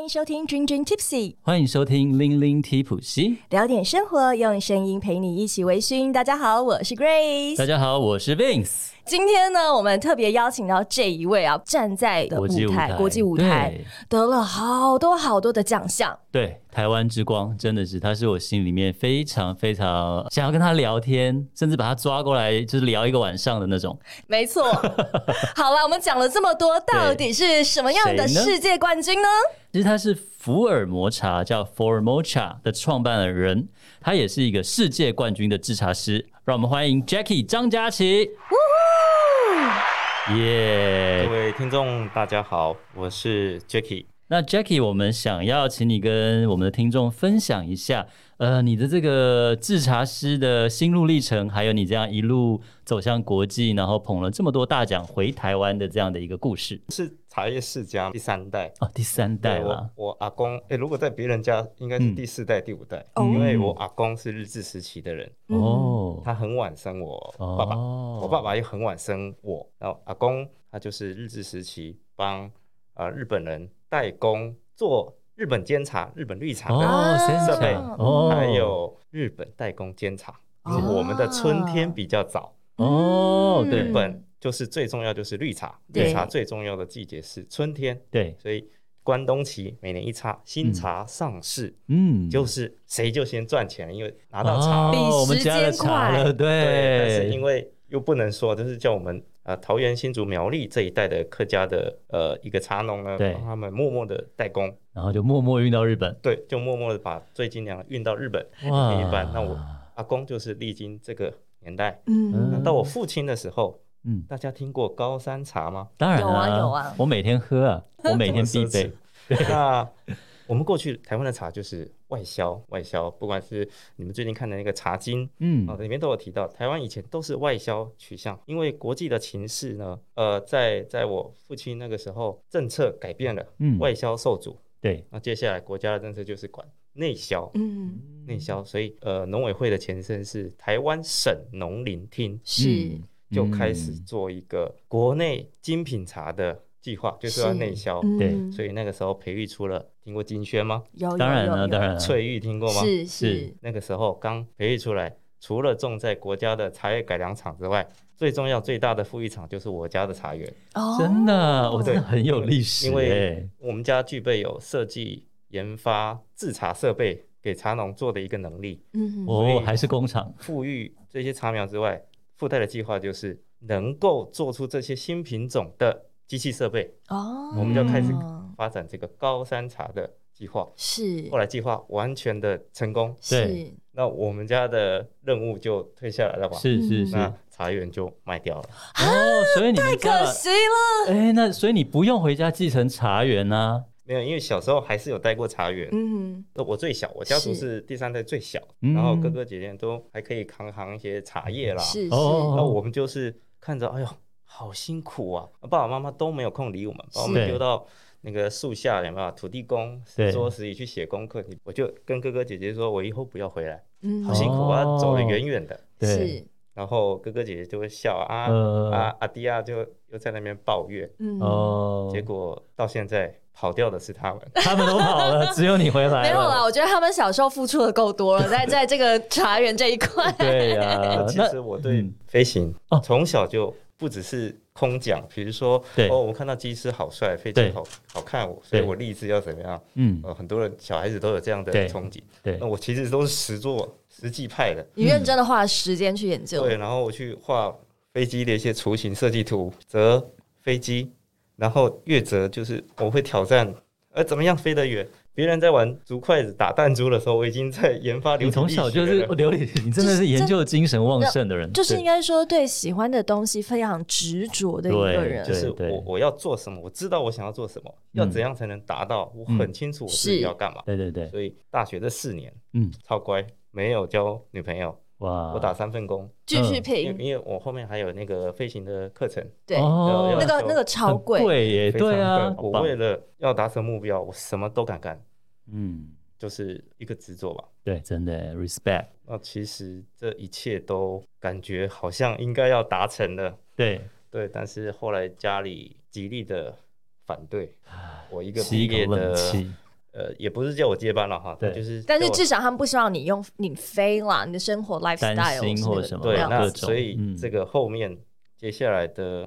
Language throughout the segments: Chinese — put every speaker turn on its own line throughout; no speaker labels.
迎收听《君君 Tipsy》，
欢迎收听《零零提普西》，
聊点生活，用声音陪你一起微醺。大家好，我是 Grace。
大家好，我是 Vince，
今天呢，我们特别邀请到这一位啊，站在的
国际舞台，
国际舞台得了好多好多的奖项。
对，对，台湾之光，真的是，他是我心里面非常非常想要跟他聊天，甚至把他抓过来就是聊一个晚上的那种。
没错。 好了，我们讲了这么多，到底是什么样的
谁呢
世界冠军呢？
其实他是福尔摩茶叫 Formosa 的创办人，他也是一个世界冠军的制茶师。让我们欢迎 Jackie 张佳琪，耶
各位听众，大家好，我是 Jacky。
那 Jackie，我们想要请你跟我们的听众分享一下，呃，你的这个制茶师的心路历程，还有你这样一路走向国际，然后捧了这么多大奖回台湾的这样的一个故事
是茶叶世家第三代。
哦，第三代嗯
对
了
我，我阿公，哎、如果在别人家，应该是第四代、第五代，
哦
因为我阿公是日治时期的人，
嗯
哦，
他很晚生我
哦
爸爸，我爸爸也很晚生我，然后阿公他就是日治时期帮啊、呃日本人代工做日本煎茶、日本绿茶的
哦，谁
设备
啊
哦，
还有日本代工煎茶，
哦
我们的春天比较早。
哦，
日
对
嗯
本就是最重要就是绿茶，
对
绿茶最重要的季节是春天，
对，
所以关东期每年一茶，新茶上市、
嗯，
就是谁就先赚钱了，因为拿到茶，
比
哦、我们
时
加了
间
茶了，
快
对，
对，但是因为又不能说，就是叫我们啊、呃桃园新竹苗栗这一带的客家的呃一个茶农呢，
对
帮他们默默的代工，
然后就默默运到日本，
对，就默默的把最精良的运到日本，
哇，
一般那我阿公就是历经这个年代，
嗯
那到我父亲的时候，
嗯，
大家听过高山茶吗？
当然
有
啦、
啊有啊
我每天喝啊，我每天
这
必
么奢
备
侈，那我们过去台湾的茶就是外销，外销，不管是你们最近看的那个《茶经》
嗯
啊、，里面都有提到，台湾以前都是外销取向，因为国际的情势呢，呃，在在我父亲那个时候，政策改变了，
嗯
外销受阻，
对，
那接下来国家的政策就是管内销，
嗯，
内销，所以呃，农委会的前身是台湾省农林厅，
是
就开始
嗯
做一个国内精品茶的计划，就是要
是
内销。
对
嗯
所以那个时候培育出了，听过金萱吗？
有有
当然
有
了，
有
当然了，啊
翠玉听过吗？
是是
是
那个时候刚培育出来，除了种在国家的茶叶改良场之外，最重要最大的富裕场就是我家的茶园，
哦
真的，啊我真的
对
很有历史、欸，
因为我们家具备有设计、研发、制茶设备给茶农做的一个能力。
嗯
所
哦
以
还是工厂，
富裕这些茶苗之外，附带的计划就是能够做出这些新品种的机器设备，
哦，
我们就开始发展这个高山茶的计划。
是
后来计划完全的成功，
对
是
那我们家的任务就退下来了吧？
是是
嗯
是，
那茶园就卖掉了。
哦，所以你
太
们家
可，惜了，
哎、那所以你不用回家继承茶园啊呐、
没有，因为小时候还是有待过茶园。
嗯
我最小，我家族是第三代最小，
嗯
然后哥哥姐姐都还可以扛扛一些茶叶啦。
是是
哦
然后我们就是看着，哎呦，好辛苦啊！爸爸妈妈都没有空理我们，把我
是
们丢到那个树下，有没有？土地公
对
石桌石椅去写功课。你我就跟哥哥姐姐说，我以后不要回来，
嗯
好辛苦，我要走得
哦
远远的。
对，
是
然后哥哥姐姐就会笑啊、
呃
啊，阿迪亚就又在那边抱怨，
嗯
哦，
结果到现在跑掉的是他们。
他们都跑了，只有你回来了，
没有啦，我觉得他们小时候付出的够多了，在在这个茶园这一块，
对呀、
那 其
啊那
实我对
嗯
飞行
哦
从小就不只是空讲，比如说
对
哦，我看到机师好帅，飞
对
机好好看，我所
对
以我立志要怎么样？
嗯，
呃，很多人小孩子都有这样的
对
憧憬。
对
那，我其实都是实做实际派的，
你认真的花了时间去研究，
对，然后我去画飞机的一些雏形设计图，折飞机，然后越折就是我会挑战，呃，怎么样飞得远？别人在玩竹筷子打弹珠的时候，我已经在研发流
你
体
从
力
小
学
就是
了
琉璃，你真的是研究精神旺盛的人，
就是
对
应该说对喜欢的东西非常执着的一个人
对，
就是
对
我我要做什么，我知道我想要做什么，要怎样才能达到，我很清楚我自
是
己要干嘛。
对对对，
所以大学这四年
嗯，
超乖，没有交女朋友，
哇，
我打三份工，
继续
嗯
因为
拼，
因为我后面还有那个飞行的课程，
对，
哦，
那
要
个
求
那个超
很
贵，
耶，
非常
对啊
的，我为了要达成目标，我什么都敢干，
嗯，
就是一个执着吧。
对，真的 respect，
那其实这一切都感觉好像应该要达成了，
对，
对。但是后来家里极力的反对，我一个
啊吸一
毕业
口冷
的
气，
呃，也不是叫我接班了哈，
对
就是
但是
叫我
至少他们不希望你用你飞啦，你的生活 lifestyle
担心或者什么
对，
样
那
各种
所以
嗯
这个后面接下来的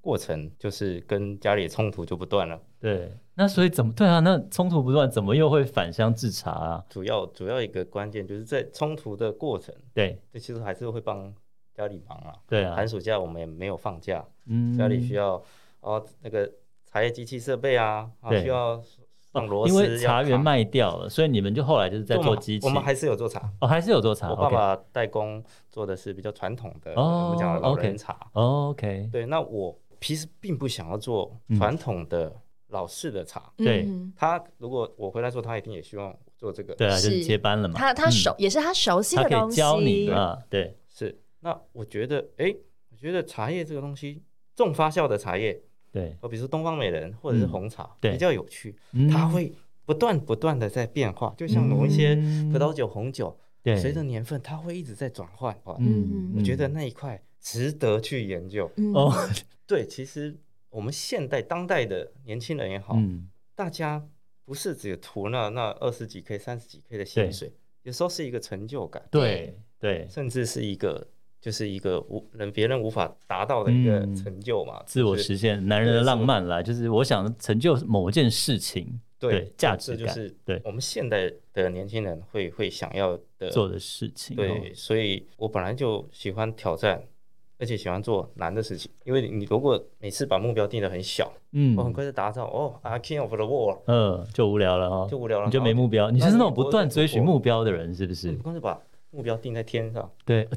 过程就是跟家里的冲突就不断了，
对，那所以怎么对啊？那冲突不断，怎么又会反向制裁啊？
主要主要一个关键就是在冲突的过程，
对
这其实还是会帮家里忙啊。
对啊
寒，暑假我们也没有放假，
嗯
家里需要哦那个茶叶机器设备啊，啊
对哦
需要上螺丝
因
要扛，
为茶园卖掉了，所以你们就后来就是在
对我
做
们
机器，
我们还是有做茶。
哦还是有做茶。
我爸爸代工做的是比较传统的，
哦
我们讲的老
OK
人茶。
哦 OK，
对，那我其实并不想要做
嗯
传统的老式的茶。
对
嗯
他如果我回来做，他一定也希望我做这个。
对啊，就是
是
接班了嘛，
他他熟也是他熟悉
嗯他
的
可
东
以
西，
教你啊，对
是，那我觉得，哎，我觉得茶叶这个东西，重发酵的茶叶，
对，
呃，比如说东方美人或者是
嗯
红茶，
对
比较有趣，
嗯
它会不断不断的在变化，就像某一些
嗯
葡萄酒、红酒，
对，
随着年份，它会一直在转换。哦，
嗯
我觉得那一块值得去研究。
嗯
哦，
对，其实我们现代当代的年轻人也好，
嗯，
大家不是只有图那那二十几 K、三十几 K 的薪水，有时候是一个成就感，
对对，
甚至是一个就是一个无人别人无法达到的一个
嗯
成就嘛，
自我
就是
实现，男人的
对
浪漫啦，就是我想成就某件事情，
对
价
这
值
就
感，
是
对
我们现代的年轻人会会想要的
做的事情，哦
对，所以我本来就喜欢挑战。而且喜欢做难的事情，因为你如果每次把目标定得很小，
嗯
我很快就达到哦啊 King of the World，
嗯，就无聊了哦，
就无聊了
你就没目标，你就是那种不断追寻目标的人，是不是
你？光是把目标定在天上，
对，的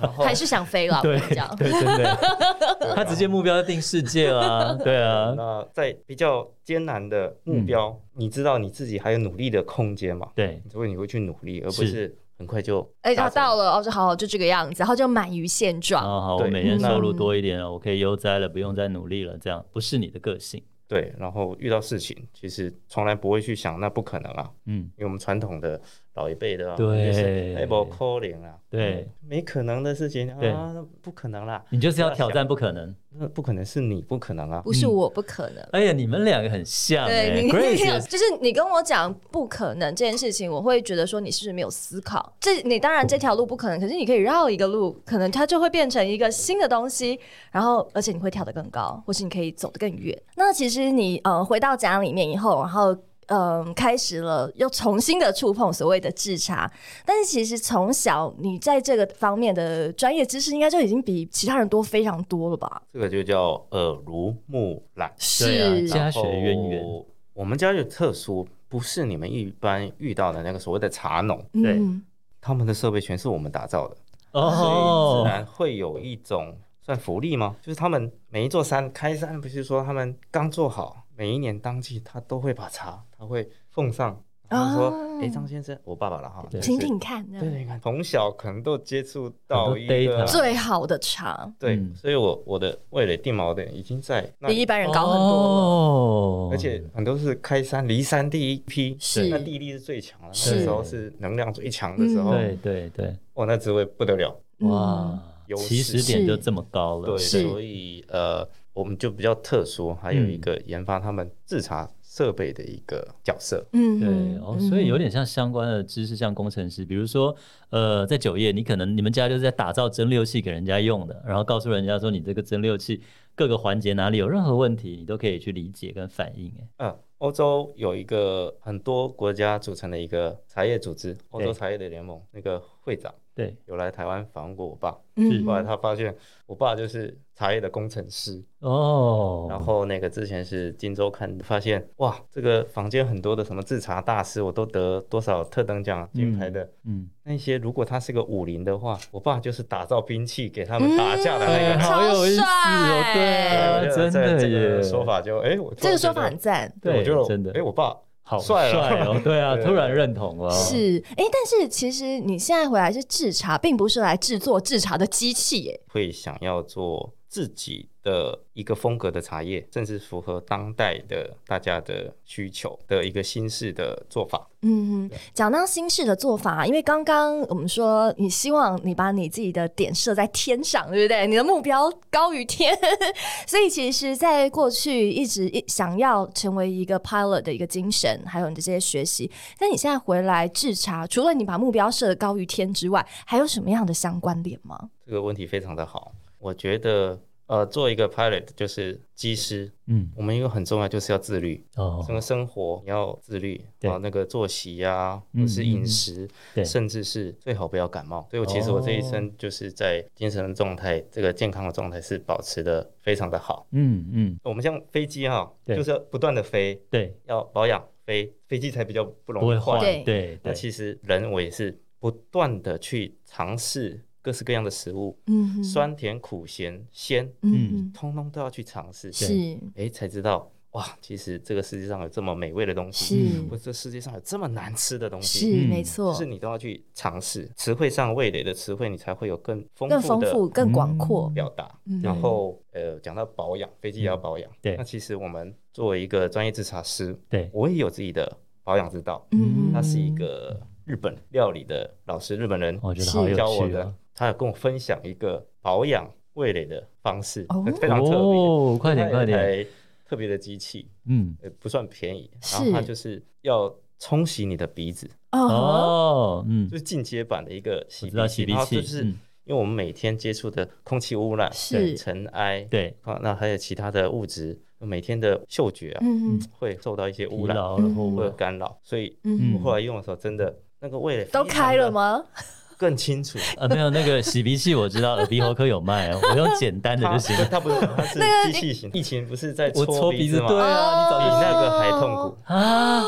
然后
还是想飞啦，我
对
跟你讲
对，真的， 他直接目标定世界 啦，对啊，
那在比较艰难的目标，
嗯
你知道你自己还有努力的空间嘛？
对，
所以你会去努力，而不
是
是很快就
哎，他
达成哦
到了，哦，就好，就这个样子，然后就满于现
然
状，
后哦好，我
啊对嗯
每年收入多一点哦了，我可以悠哉了，不用再努力了，这样不是你的个性，
对，然后遇到事情，其实从来不会去想那不可能啊，
嗯，
因为我们传统的老一辈的、啊，
对
就是哎不可能啊，
对，
没可能的事情
对
啊，不可能啦，
你就是要挑战不可能。
那不可能是你不可能啊，
不是我不可能。
哎呀，你们两个很像哎
对，你
，Grace 也是
就是你跟我讲不可能这件事情，我会觉得说你是不是没有思考？这你当然这条路不可能，可是你可以绕一个路，可能它就会变成一个新的东西，然后而且你会跳得更高，或是你可以走得更远。那其实你呃回到家里面以后，然后。嗯，开始了，又重新的触碰所谓的制茶，但是其实从小你在这个方面的专业知识，应该就已经比其他人多非常多了吧？
这个就叫耳濡目染，
对啊
是，
家学渊源
然后我们家有特殊，不是你们一般遇到的那个所谓的茶农，
对
嗯
他们的设备全是我们打造的，所以自
哦，
然会有一种算福利吗？就是他们每一座山开山，不是说他们刚做好，每一年当季他都会把茶，他会奉上，然后说：“
哦
哎、张先生，我爸爸了哈，
对
请
就是
请看，这样
对，你看从小可能都接触
很
到
多
一个
data
最好的茶，
对，
嗯
所以我我的味蕾定锚点已经在那
比一
里，
般人高很多了。
哦
而且很多是开山离山第一批，
是
那地力是最强的，
是
那时候是能量最强的时候，
嗯对对对，
哇，那滋味不得了。
嗯
哇，
优势
起始点就这么高了
对，，
是
所以呃，我们就比较特殊，还有一个研发他们制茶设备的一个角色。
嗯
对
嗯
哦，所以有点像相关的知识，像工程师，比如说，呃，在酒业，你可能你们家就是在打造蒸馏器给人家用的，然后告诉人家说你这个蒸馏器各个环节哪里有任何问题，你都可以去理解跟反映。哎，
嗯，欧洲有一个很多国家组成的一个茶叶组织，欧洲茶叶的联盟，那个会长
对，
有来台湾访问过我爸，
嗯
后来他发现我爸就是茶叶的工程师，
哦，
然后那个之前是《金周刊》发现，哇，这个房间很多的什么制茶大师，我都得多少特等奖金牌的。
嗯，
那些如果他是个武林的话，我爸就是打造兵器给他们打架的那个
哎
人。
好有意思哦，
超帅
对啊，
对
真
这
的
这个
耶，
说法就哎，我突
这
然
个说
觉
法
得
很赞。
对，我觉得
真的
哎，我爸
好
帅了
哦，对啊，
对
突然认同了，
是，哎、但是其实你现在回来是制茶，并不是来制作制茶的机器耶。
会想要做自己的一个风格的茶叶，甚至符合当代的大家的需求的一个新式的做法。
嗯，讲到新式的做法，因为刚刚我们说，你希望你把你自己的点设在天上，对不对？你的目标高于天， 所以其实，在过去一直一想要成为一个 pilot 的一个精神，还有你的这些学习。那你现在回来制茶，除了你把目标设得高于天之外，还有什么样的相关联吗？
这个问题非常的好，我觉得呃，做一个 pilot 就是技师，
嗯，
我们一个很重要就是要自律，
哦
整，个生活你要自律
对
啊，那个作息啊，
嗯
或是
嗯嗯
饮食，
对哦
甚至是最好不要感冒。所以，我其实我这一生就是在精神的状态，这个健康的状态是保持的非常的好。
嗯嗯，
我们像飞机哈，
对
就是要不断的飞，
对，
要保养飞，飞机才比较不
不
容易
会
坏
坏。，
对
对对
那，其实人我也是不断的去尝试各式各样的食物，
嗯哼，
酸甜苦咸鲜，
嗯哼，
通通都要去尝试，
是
哎，才知道哇，其实这个世界上有这么美味的东西，
是
或者这世界上有这么难吃的东
是，
西。
嗯
没
就
错，
是你都要去尝试，词汇上味蕾的词汇，你才会有更丰
更
富
丰
的
富、更广阔。
表达。
嗯
然后呃，讲到保养，飞机也要保养。
嗯对
那其实我们作为一个专业制茶师，
对，
我也有自己的保养之道。
嗯
他是一个日本料理的老师，日本人
我觉得
是
好有
教我
趣
的
哦，
他有跟我分享一个保养味蕾的方式
哦，
非常特别，
哦，快点快
他
点，
有一台特别的机器，
嗯，
呃，不算便宜，然
是
后它就是要冲洗你的鼻子，
哦，
哦，嗯
就，是进阶版的一个洗
我知道
鼻
洗
器，
鼻
然后
器
就是
嗯
因为我们每天接触的空气污染、
是
尘埃，
对，
啊，那还有其他的物质，每天的嗅觉啊，
嗯哼
会受到一些
疲
污染
劳了或哦
嗯
或者
我
干扰，所以
嗯
我
哼，
后来用的时候，真的那个味蕾
都
非常
开
地
了吗？
更清楚。
呃没有那个洗鼻器，我知道耳鼻喉科有卖哦，我用简单的
它
就行
它
了。
它不是，它 是机器型。疫情不是在
我搓鼻
鼻
子，
吗？
对
比
啊，
哦
你早就
那个还痛苦。
啊，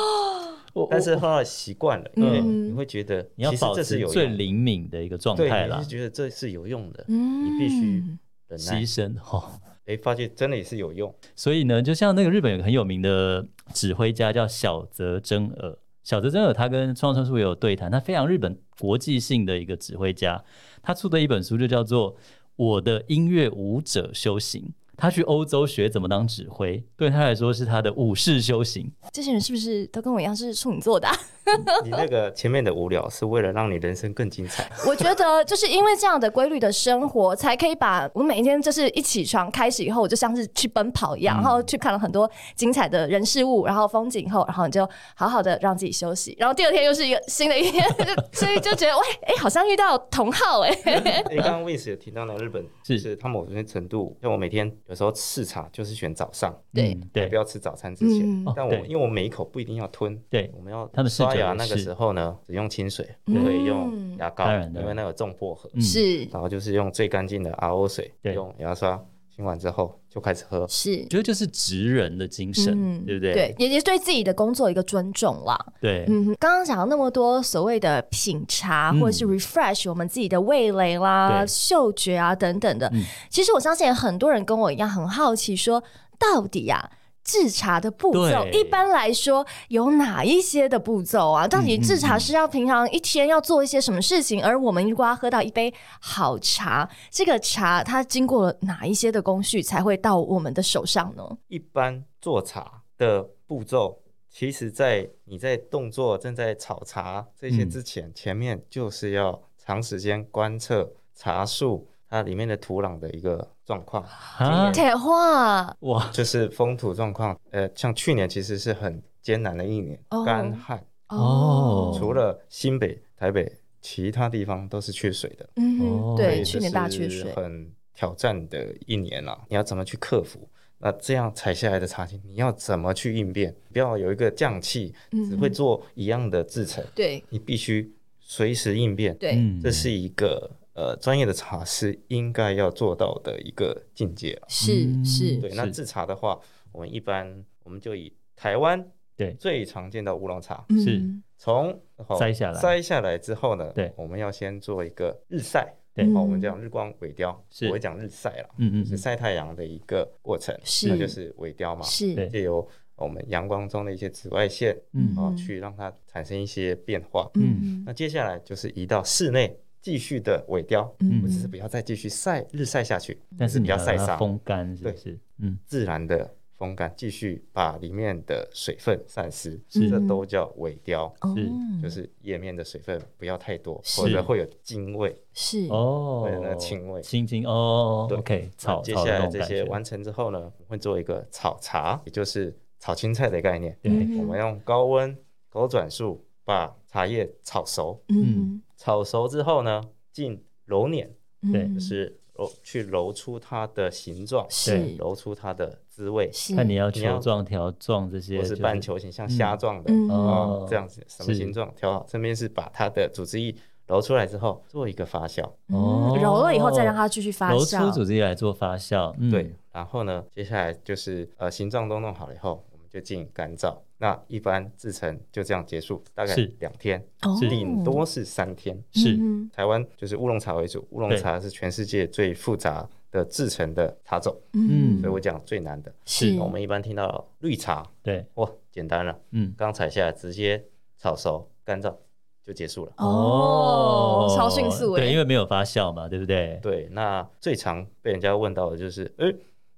我
但是后来习惯
嗯
了，因为你会觉得
你要
其实
保
这是
持
有
最
用的，
灵敏的一个状态
对，
啦
你是，觉得这是有用的，
嗯，
你必须忍耐
牺。牲哦。
哎，发现真的也是有 用。
所以呢，就像那个日本有个很有名的指挥家叫小泽征尔，小泽征尔他跟创春树也有对谈，他非常日本国际性的一个指挥家，他出的一本书就叫做《我的音乐舞者修行》。他去欧洲学怎么当指挥，对他来说是他的武士修行。
这些人是不是都跟我一样是处女座的啊、
你那个前面的无聊是为了让你人生更精彩。
我觉得就是因为这样的规律的生活，才可以把我每一天就是一起床开始以后，我就像是去奔跑一样，
嗯
然后去看了很多精彩的人事物，然后风景以后，然后你就好好的让自己休息，然后第二天又是一个新的一天，就所以就觉得喂，哎、好像遇到同号哎、
哎，刚刚 Wins 有提到那个日本，
是
就是他某些程度，像我每天有时候吃茶就是选早上，
对
嗯
还
对
不要吃早餐之前。
嗯
哦
但我
对
因为我每一口不一定要吞，
对
我们要
他们视觉
刷牙
也
那个
是
时候呢，只用清水，不
嗯
会用牙膏
当然，当
因为
然
那有重薄荷。
嗯
是
然后就是用最干净的 RO 水，
对
用牙刷清完之后就开始喝。
是
我。觉得就是职人的精神，对不对？
嗯对，也也是对自己的工作一个尊重啦。
对
嗯哼，刚刚讲了那么多所谓的品茶，
嗯
或者是 refresh 我们自己的味蕾啦、
对
嗅觉啊等等的。
嗯
其实我相信也很多人跟我一样很好奇说到底呀、制茶的步骤
对
一般来说有哪一些的步骤啊？
嗯
到底制茶是要平常一天要做一些什么事情？而我们如果要喝到一杯好茶，这个茶它经过了哪一些的工序才会到我们的手上呢？
一般做茶的步骤，其实在你在动作正在炒茶这些
嗯
之前，前面就是要长时间观测茶树它里面的土壤的一个状况，
啊，
铁化
哇，
就是风土状况。呃，像去年其实是很艰难的一年
哦，
干旱，
哦
除了新北、台北，其他地方都是缺水的。
嗯
哦
哼，
所
对，
以
这
去年大缺
是
水，
很挑战的一年啊，你要怎么去克服？那这样采下来的茶青，你要怎么去应变？不要有一个匠气，只
嗯
会做一样的制成，
对
你必须随时应变。
对，
嗯
这是一个呃专业的茶师应该要做到的一个境界啊。
是
嗯
是，
对，那
是
制茶的话，我们一般我们就以台湾
对
最常见的乌龙茶，
是
嗯
从
摘下来
摘下来之后呢，
对
我们要先做一个日晒，
对
哦，我们讲日光萎凋，
是
我会讲日晒啦，
嗯嗯
是
嗯，
晒太阳的一个过程，
是
那就是萎凋嘛，
是
对，
借由我们阳光中的一些紫外线
嗯
啊、
嗯
去让它产生一些变化。
嗯
嗯
那接下来就是移到室内，继续的尾雕，
嗯
我只是不要再继续晒日晒下去，
但是
是
你
比较
要
晒
让它
伤，
风干，是不是？嗯，
自然的风干，继续把里面的水分散失，
是
这都叫尾雕，
哦
是
就是叶面的水分不要太多，
是
否则会有茎味。
是
哦，
会有那个青味
青青哦
对
，OK，草
那接
草的
下
那
来
种
这
感
些
觉，
完成之后呢，我们会做一个炒茶，也就是炒青菜的概念。
对，
嗯
我们用高温高转速把茶叶炒熟，
嗯
炒熟之后呢，进揉捻，
嗯
对
嗯
就是揉去揉出它的形状，
是
揉出它的滋味。
是
看你要
你要
球状、条状这些，
我是
就
半球形，像
嗯
虾状的
嗯
哦
哦，这样子什么
是
形状调好，这边是把它的组织液揉出来之后做一个发酵，
哦
嗯揉了以后再让它继续发
揉出组
酵，
织液来做发酵，嗯
对，，然后呢，接下来就是呃形状都弄好了以后，我们就进干燥。那一般制成就这样结束，大概
是
两天，
哦
顶多是三天。
是
嗯
嗯台湾就是乌龙茶为主，乌龙
对
茶是全世界最复杂的制成的茶种，
嗯
所以我讲最难的。
是
我们一般听到绿茶，
对，
哇，简单了，
嗯，
刚采下来直接炒熟干燥就结束了。
哦，超迅速哎，
对，因为没有发酵嘛，对不对？
对，那最常被人家问到的就是，诶，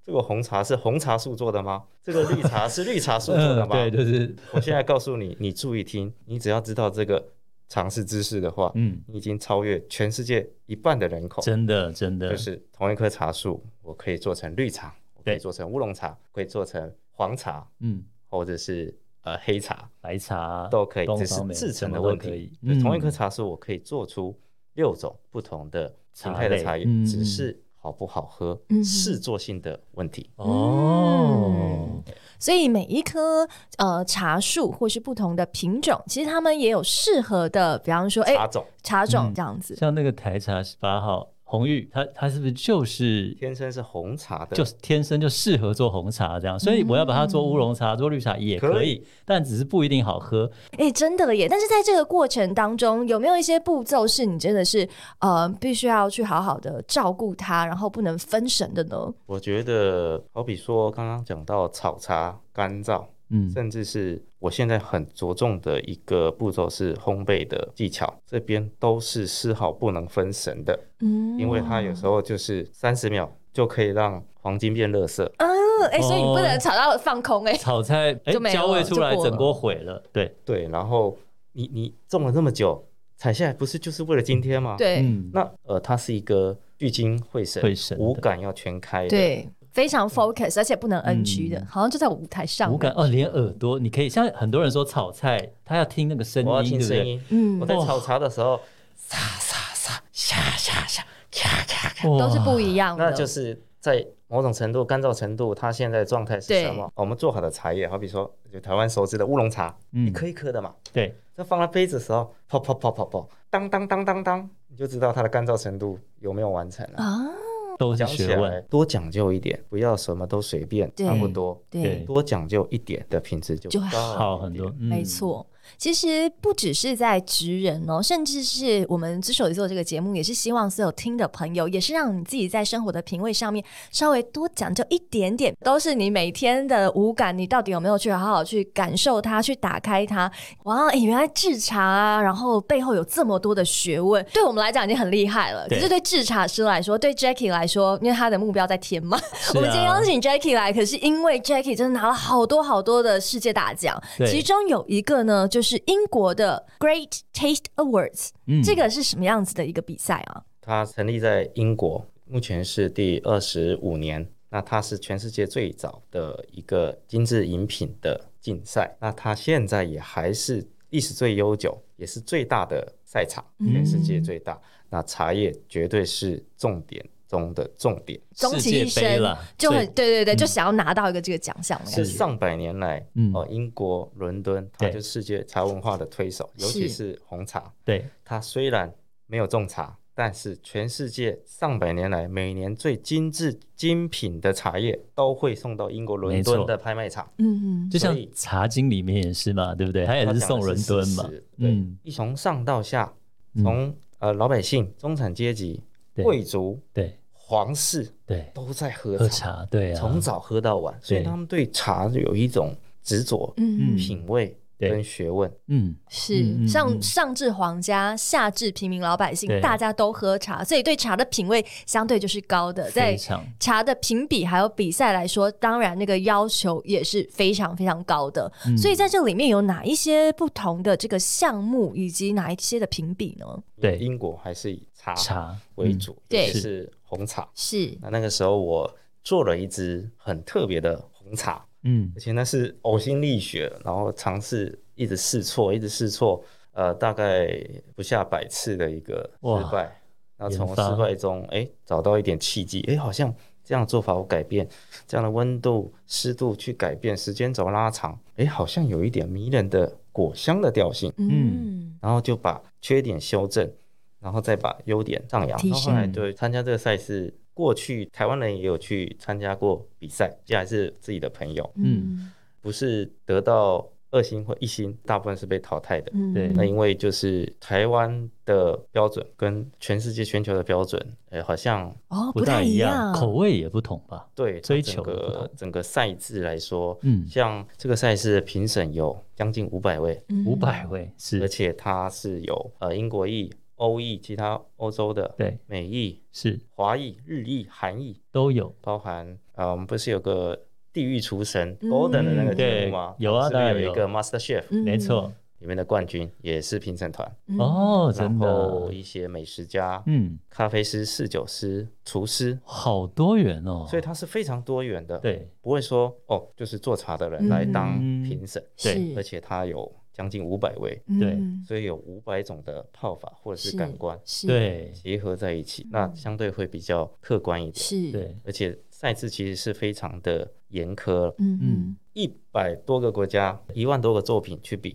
这个红茶是红茶树做的吗？这个绿茶是绿茶树做的
嗯，
吗？
对，就是，
我现在告诉你，你注意听，你只要知道这个常识知识的话，
嗯，
你已经超越全世界一半的人口。
真的真的
哦就，是同一棵茶树，我可以做成绿茶，我可以
对
做成乌龙茶，可以做成黄茶，
嗯，
或者是呃黑茶
白茶
都可
啊
以，
东
只是
方美
制
什
成
么
的
都
问
可以
题。
嗯
就同一棵茶树，我可以做出六种不同的形态的
茶
茶
类
叶
嗯，
只是好不好喝
嗯，
试作性的问题。
哦，
所以每一棵呃茶树或是不同的品种，其实它们也有适合的，比方说哎、
茶种
茶种
嗯
这样子，
像那个台茶十八号红玉，它它是不是就是
天生是红茶的，
就是天生就适合做红茶这样，所以我要把它做乌龙茶、做绿茶也可以，
嗯可以
但只是不一定好喝。
哎、真的了耶！但是在这个过程当中，有没有一些步骤是你真的是呃必须要去好好的照顾它，然后不能分神的呢？
我觉得好比说刚刚讲到炒茶、干燥，
嗯，
甚至是我现在很着重的一个步骤是烘焙的技巧，这边都是丝毫不能分神的，
嗯
因为它有时候就是三十秒就可以让黄金变垃圾。
嗯哎、所以你不
哦
能炒到放空哎、
炒菜哎
就没，了
焦味出来，
就过了
整锅毁了。对，
对，然后你你种了那么久，采下来不是就是为了今天吗？。
对、
嗯，
那呃，它是一个聚精会神、
会神的
五感要全开的。，
对，非
嗯
常 focus，而且不能 NG 的，
嗯
好像就在我舞台上
无感哦，连耳朵你可以像很多人说炒菜，他要听那个声
我要
音，
听
对不
声
对？
音。
嗯
我在炒茶的时候，
都是
哇
不一样的，
那就是在某种程度干燥程度，它现在状态是什么？我们做好的茶叶，好比说就台湾熟知的乌龙茶，
嗯
一颗一颗的嘛，
对，
那放到杯子的时候，泡泡泡泡泡，当当当当当，你就知道它的干燥程度有没有完成了。
啊，
都是
讲起
学
来
问。
多讲究一点，不要什么都随便，
对
差不多，
对
对，
多讲究一点的品质就
就会
高一
好
点
很多，
点。
嗯
没。错。其实不只是在职人哦，甚至是我们之所以做这个节目，也是希望所有听的朋友，也是让你自己在生活的品味上面稍微多讲究一点点，都是你每天的五感，你到底有没有去好好去感受它，去打开它？哇，诶原来制茶啊，然后背后有这么多的学问，对我们来讲已经很厉害了。可
对
是对制茶师来说，对 Jackie 来说，因为他的目标在天嘛，
是啊
我们今天邀请 Jackie 来，可是因为 Jackie 真的拿了好多好多的世界大奖，
对
其中有一个呢，就是英国的 Great Taste Awards，、
嗯
这个是什么样子的一个比赛啊？
它成立在英国，目前是第二十五年。那它是全世界最早的一个精致饮品的竞赛，那它现在也还是历史最悠久，也是最大的赛场，
嗯
全世界最大。那茶叶绝对是重点中的重点，
终
世
其
界
一
杯
生
啦
就很
最
对对对，就想要拿到一个这个奖项的感
是
觉，
上百年来，
嗯
哦，英国伦敦它
对
就是世界茶文化的推手，尤其是红茶。
对，
它虽然没有种茶，但是全世界上百年来每年最精致精品的茶叶都会送到英国伦
没
敦
错
的拍卖场。
嗯，
就像
所以
《茶经》里面也是嘛，对不对？他也
它
是
讲的
送伦敦嘛
事实，对
嗯，，
一从上到下，
嗯
从呃老百姓、中产阶级、
对
贵族、
对
皇室
对，
都在喝
喝
茶，
茶，对啊，
从早喝到晚，所以
对
他们对茶有一种执着、
嗯
嗯
品味。
对
跟学问。
嗯，嗯嗯
是上
嗯
上至皇家，下至平民老百姓，
对
大家都喝茶，所以对茶的品味相对就是高的。
非
在
常
茶的评比还有比赛来说，当然那个要求也是非常非常高的。
嗯
所以在这里面有哪一些不同的这个项目，以及哪一些的评比呢？
对
英国还是以茶
茶
啊为
嗯
主，
对
尤其是红茶。
是
那那个时候我做了一支很特别的红茶，
嗯
而且那是呕心沥血，然后尝试一直试错，一直试错，呃，大概不下百次的一个
哇
失败。然后从
研发
失败中，哎，找到一点契机，哎，好像这样做法我改变，这样的温度、湿度去改变，时间轴拉长，哎，好像有一点迷人的果香的调性。
嗯
然后就把缺点修正，然后再把优点上扬。
提
然后后来
升
对参加这个赛事，过去台湾人也有去参加过比赛，既然是自己的朋友，
嗯
不是得到二星或一星，大部分是被淘汰的。
嗯
对
那因为就是台湾的标准跟全世界全球的标准，呃，好像
哦
不
不
大
太
一
一
样，
样
口味也不同吧？
对它
追求
整
的不
个
同
整个赛制来说，
嗯
像这个赛事的评审有将近五百位，
嗯
五百位
嗯
是，
而且它是有呃英国裔、欧裔、其他欧洲的
对，
美裔、
是
华裔、日裔、韩裔，
都有。
包含呃，我们不是有个地狱厨神
嗯
Golden 的那个节
对
目吗？
有啊
是不
当
是
然
有一
有
个 Master Chef
没错，
里面的冠军也是评审团，
嗯
哦，
嗯然
真
后
的，
一些美食家、
嗯，
咖啡师、侍酒师、厨师，
好多元哦，
所以它是非常多元的，，
对
不会说哦，就是做茶的
嗯
人来当评审，
对
是
而且它有将近五百位，
对
嗯
所以有五百种的泡法或者是感官
是
对
结合在一起，那相对会比较客观一点。
是
对，
而且赛制其实是非常的严苛，
嗯
嗯
嗯
一百多个国家，一万多个作品 去比，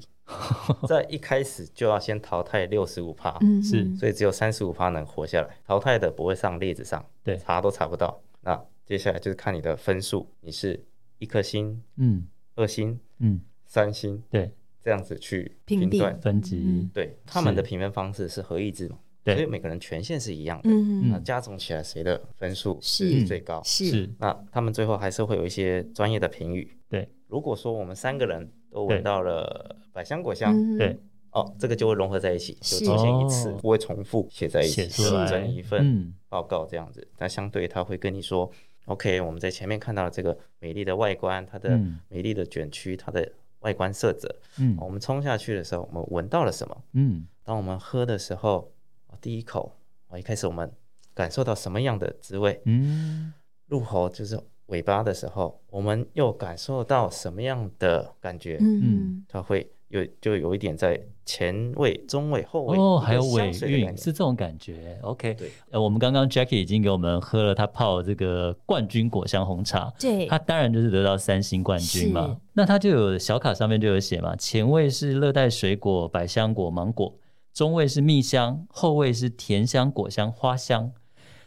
在一开始就要先淘汰六十五趴，
嗯
是
嗯
所以只有三十五趴能活下来，淘汰的不会上列子上，
对
查都查不到。那接下来就是看你的分数，你是一颗星、
嗯
二星、
嗯，
三星
对，
这样子去
评
评
比
断。
分级
嗯
对，他们的评分方式是合意制嘛，
对
所以每个人权限是一样的，
嗯
那加总起来谁的分数
是嗯
是最高？
是
是，
那他们最后还是会有一些专业的评语。
对，
如果说我们三个人都
对
闻到了百香果香，
嗯
对，
哦，这个就会融合在一起，就是出现一次，
哦
不会重复写在一
写
起，
出来
整一份
嗯，
报告这样子。那相对他会跟你说，OK，我们在前面看到了这个美丽的外观，它的
嗯
美丽的卷曲，它的外观色泽。哦
嗯
我们冲下去的时候，我们闻到了什么？
嗯，
当我们喝的时候，哦第一口，哦，一开始我们感受到什么样的滋味？
嗯，
入喉就是尾巴的时候，我们又感受到什么样的感觉？
嗯
它会有就有一点在前味、中味、后味
哦，
一个
还有尾
香水的
韵
感
是
觉
这种感觉，OK，
对，
呃，我们刚刚 Jackie 已经给我们喝了他泡的这个冠军果香红茶，
对
他当然就是得到三星冠军嘛
是。
那他就有小卡上面就有写嘛，前味是热带水果、百香果、芒果，中味是蜜香，后味是甜香、果香、花香。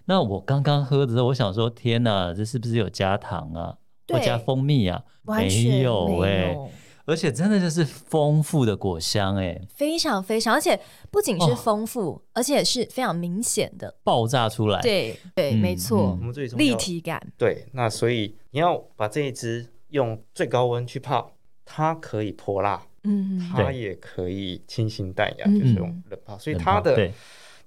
那我刚刚喝的时候，我想说，天哪，这是不是有加糖啊？
对
或加蜂蜜啊？
完全没
有哎、而且真的就是丰富的果香哎、
非常非常，而且不仅
哦
是丰富，而且是非常明显的。
爆炸出来。，
对对，
嗯
没错
我，们最终要
立体感。
对。那所以你要把这一支用最高温去泡，它可以泼辣，
嗯，
它
对
也可以清新淡雅，
嗯
就是用冷泡。所以它的
对，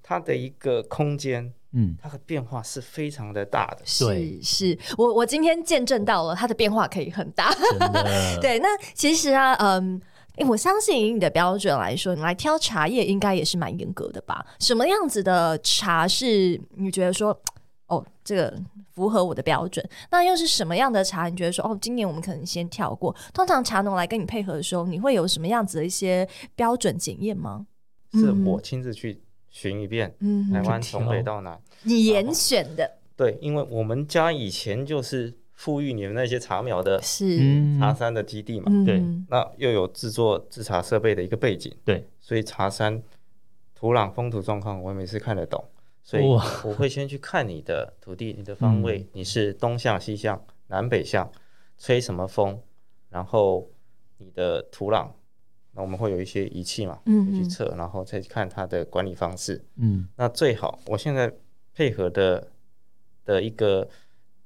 它的一个空间，
嗯，
它的变化是非常的大的。
对
是是，我我今天见证到了它的变化可以很大。，
真的
对，那其实啊，嗯。诶我相信以你的标准来说，你来挑茶叶应该也是蛮严格的吧？什么样子的茶是你觉得说，哦，这个符合我的标准？那又是什么样的茶？你觉得说，哦，今年我们可能先跳过。通常茶农来跟你配合的时候，你会有什么样子的一些标准检验吗？
是
嗯
我亲自去寻一遍
嗯
台湾
去
从北
挑
到南。
你严选的
对，因为我们家以前就是富裕你们那些茶苗的
是，
嗯，
茶山的基地嘛，
嗯
对
那又有制作制茶设备的一个背景，
对，
所以茶山土壤风土状况我每次看得懂，所以
哇
我会先去看你的土地、 你的方
嗯
位，你是东向、西向、南北向，吹什么风，然后你的土壤，那我们会有一些仪器嘛，
嗯
会去
哼
测，然后再看它的管理方式。
嗯
那最好我现在配合的的一个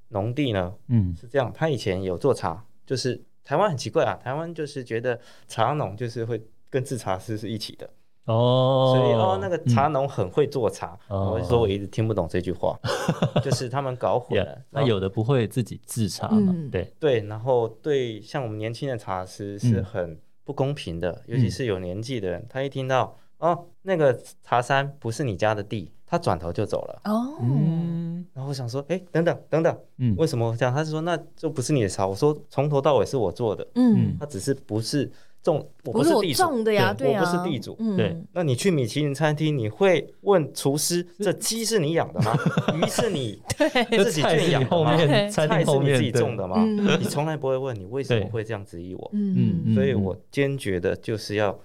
农地呢
嗯
是这样，他以前有做茶，就是台湾很奇怪啊，台湾就是觉得茶农就是会跟制茶师是一起的，
哦，
所以哦，那个茶
嗯
农很会做茶。
哦
我就说我一直听不懂这句话， 就是他们搞 混
yeah，
了。
那有的不会自己制茶嘛？
嗯
对，
对，然后对像我们年轻的茶师是很不公平的，
嗯
尤其是有年纪的人，他一听到哦那个茶山不是你家的地，他转头就走了。
哦，
嗯
然后我想说，哎，等等等等，
嗯
为什么这样？他是说那就不是你的茶。我说从头到尾是我做的，
嗯，
他只是不是种，我
不是
是
我
地主，
种的呀，
对
对呀，
我不是地主
嗯
对
那你去米其林餐厅，你会问厨师这鸡是你养 的吗？鱼是你
对，
自己
菜
圈
是你
养的
后
吗？
面，
对
餐
菜
厅
是
后
你
面
自己种的，吗？
嗯
你从来不会问你为什么
对
会这样质疑我，
嗯嗯
嗯
所以我坚决的就是要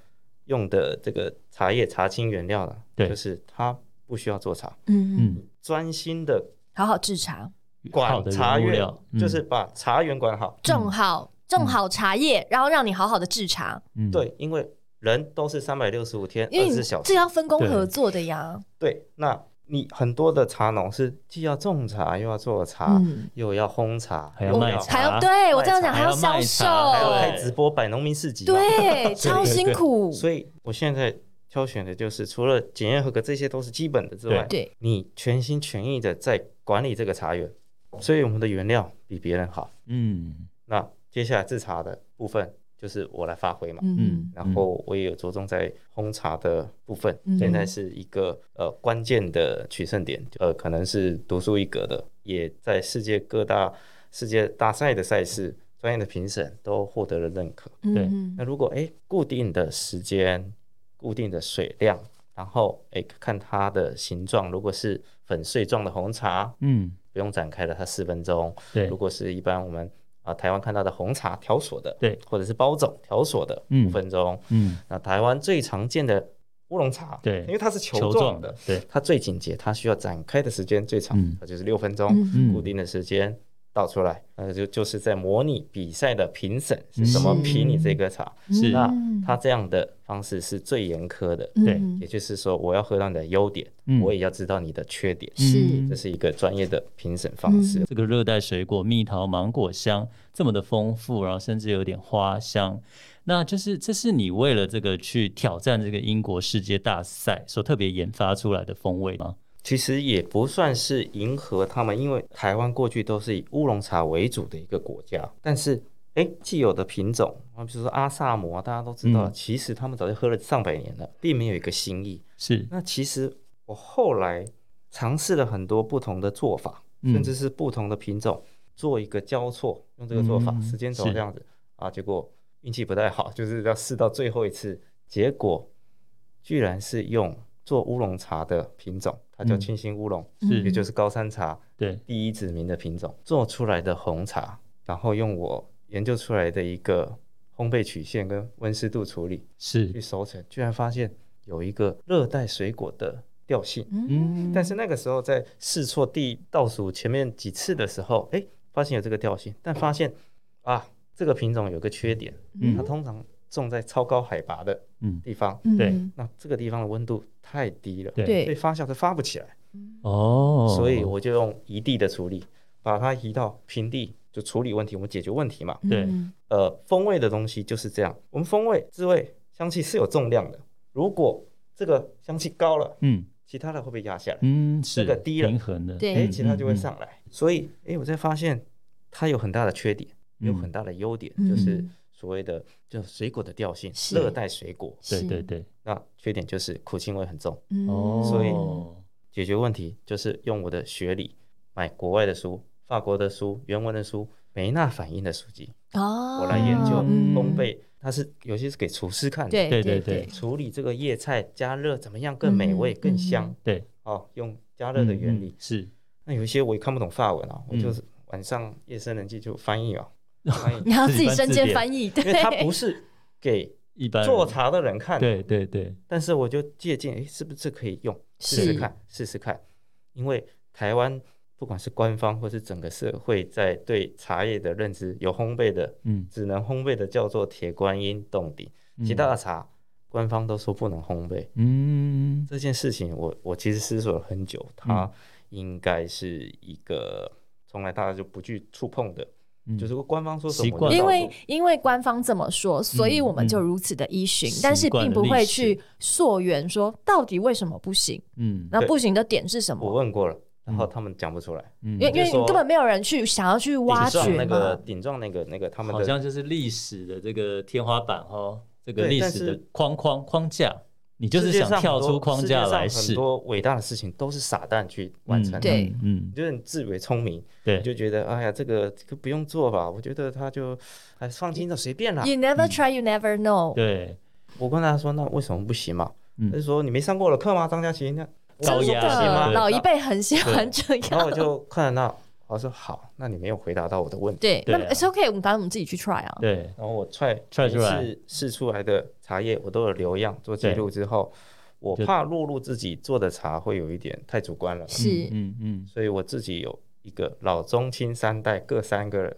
用的这个茶叶茶青原料了，
对
就是它不需要做茶，
嗯，
嗯，
专心的
好好制茶，
嗯
好
管
的
茶
原物
园
料，嗯
就是把茶园管好。
种好
嗯
种好茶叶，然后让你好好的制茶，
嗯，
对，因为人都是三百六十五天
因
二
为
十
你
四啊小时
这，要分工合作的呀。
对，那你很多的茶农是既要种茶又要做茶，
嗯，
又要烘茶，
还要
又
卖茶
还要对我这样讲，
卖茶
要销售，
还
还
要
要
卖
开
茶
直播摆农民市集嘛，
对，超辛苦，
所以我现在挑选的就是除了检验合格，这些都是基本的之外，
对，
你全心全意的在管理这个茶园，所以我们的原料比别人好。
嗯，
那接下来制茶的部分就是我来发挥嘛，
嗯
然后我也有着重在烘茶的部分，
嗯
现在是一个呃关键的取胜点，呃，可能是独树一格的，也在世界各大世界大赛的赛事。专业的评审都获得了认可。
对
嗯
那如果诶固定的时间、固定的水量，然后诶看它的形状，如果是粉碎状的红茶，
嗯，
不用展开了，它四分钟；
对
如，果是一般我们啊、台湾看到的红茶条索的，
对，
或者是包种条索的
嗯
五分钟。
嗯，
那台湾最常见的乌龙茶，
对
因为它是球
球
状
状
的
的，，对，
它最紧结，它需要展开的时间最长，
嗯
它就是六分钟，
嗯
嗯
固定的时间倒出来，那就就是在模拟比赛的评审是怎么
嗯
评你这个茶。
是
那它这样的方式是最严苛的，
对
嗯
也就是说，我要喝到你的优点，
嗯
我也要知道你的缺点，
是
嗯这是一个专业的评审方
嗯
式。
这个热带水果蜜桃、芒果香这么的丰富，然后甚至有点花香，那就是这是你为了这个去挑战这个英国世界大赛所特别研发出来的风味吗？
其实也不算是迎合他们，因为台湾过去都是以乌龙茶为主的一个国家，但是。哎，既有的品种啊，比如说阿萨姆啊，大家都知道，
嗯
其实他们早就喝了上百年了，并没有一个新意。
是，
那其实我后来尝试了很多不同的做法，
嗯
甚至是不同的品种，做一个交错，用这个做法，
嗯
时间轴
是
这样子啊，结果运气不太好， 就是要试到最后一次，结果居然是用做乌龙茶的品种，它叫
嗯
清新乌龙，
是
也就是高山茶
对，
第一指名的品种做出来的红茶，然后用我研究出来的一个烘焙曲线跟温湿度处理，去
是，
熟成，居然发现有一个热带水果的调性。
嗯
但是那个时候在试错第倒数前面几次的时候，哎，发现有这个调性，但发现啊，这个品种有个缺点，
嗯
它通常种在超高海拔的
嗯，
地方，
对
那这个地方的温度太低了，
对
对
所以发酵它发不起来，
哦，
所以我就用移地的处理，把它移到平地，就处理问题，我们解决问题嘛。
对
呃，风味的东西就是这样，我们风味、滋味、香气是有重量的，如果这个香气高了，
嗯
其他的会被压下来。
嗯是
这个低了
平衡的，
对
哎，
嗯
其他就会，
嗯
上来。所以，哎，我才发现它有很大的缺点，也有
嗯
很大的优点，
嗯
就是所谓的就水果的调性，
是
热带水果。
嗯对对对，
那缺点就是苦腥味很重。
哦，
嗯所以解决问题就是用我的学理买国外的书、法国的书、原文的书、梅纳反应的书籍，
哦，
我来研究
嗯
烘焙。它是有些是给厨师看的，
对
对
对
对对
处理这个叶菜加热怎么样更美味、
嗯
更香
嗯
对
哦，用加热的原理。
嗯嗯是
那有一些我也看不懂法文啊，我
嗯
就是晚上夜深人静就翻译啊，翻译，
你要自己
自
身
己翻字
兼
典
翻译，
因为它不
对，
是给
一般人
做茶的人看的，
对对对，
但是我就借鉴，诶，是不是可以用，试试看，试试看，因为台湾不管是官方或是整个社会在对茶叶的认知，有烘焙的，
嗯，
只能烘焙的叫做铁观音冻顶，其他的茶官方都说不能烘焙，
嗯
这件事情我，我其实思索了很久，它应该是一个从来大家就不去触碰的
嗯
就是官方说什
习
么我
惯
就
了
照
到
因
做，
为因为官方这么说，所以我们就如此的依循，
嗯
但是
习惯
并
了
不会
历史
去溯源说到底为什么不行，
嗯
那
对
不行的点是什
我
么？
问过了，然后
嗯
他们讲不出来，
嗯
因为因为
就
你
说
根本没有人去想要去挖
顶撞
掘
那个
嘛。
顶撞那个那个他们
好
的
像就是历史的这个天花板哦，这个
对
历
但
史的
是
框框框架，你就
世
是
界
想
上很
跳
多
出框
世界
架
上
来
很
试，
多伟大的事情都是傻蛋去完成的。
嗯
对
嗯
你就是你自以为聪明，你
对，
就觉得哎呀，这个这个不用做吧？我觉得他就哎放心的随便啦。
You never try, you never know。
对，
我跟他说，那为什么不行嘛？
嗯
他就说你没上过我的课吗？张佳琪，那
高
真
压
的，
对
老一辈很喜欢这
然后我
样。
就看到那，我说好，那你没有回答到我的问题。
对，
对
那
啊
么 it's okay，我们反正我们自己去 try 啊。
对，
然后我踹
踹出来
每次试出来的茶叶，我都有留样做记录之后，我
就
怕落入自己做的茶会有一点太主观了，
是，
嗯嗯，
所以我自己有一个老中青三代各三个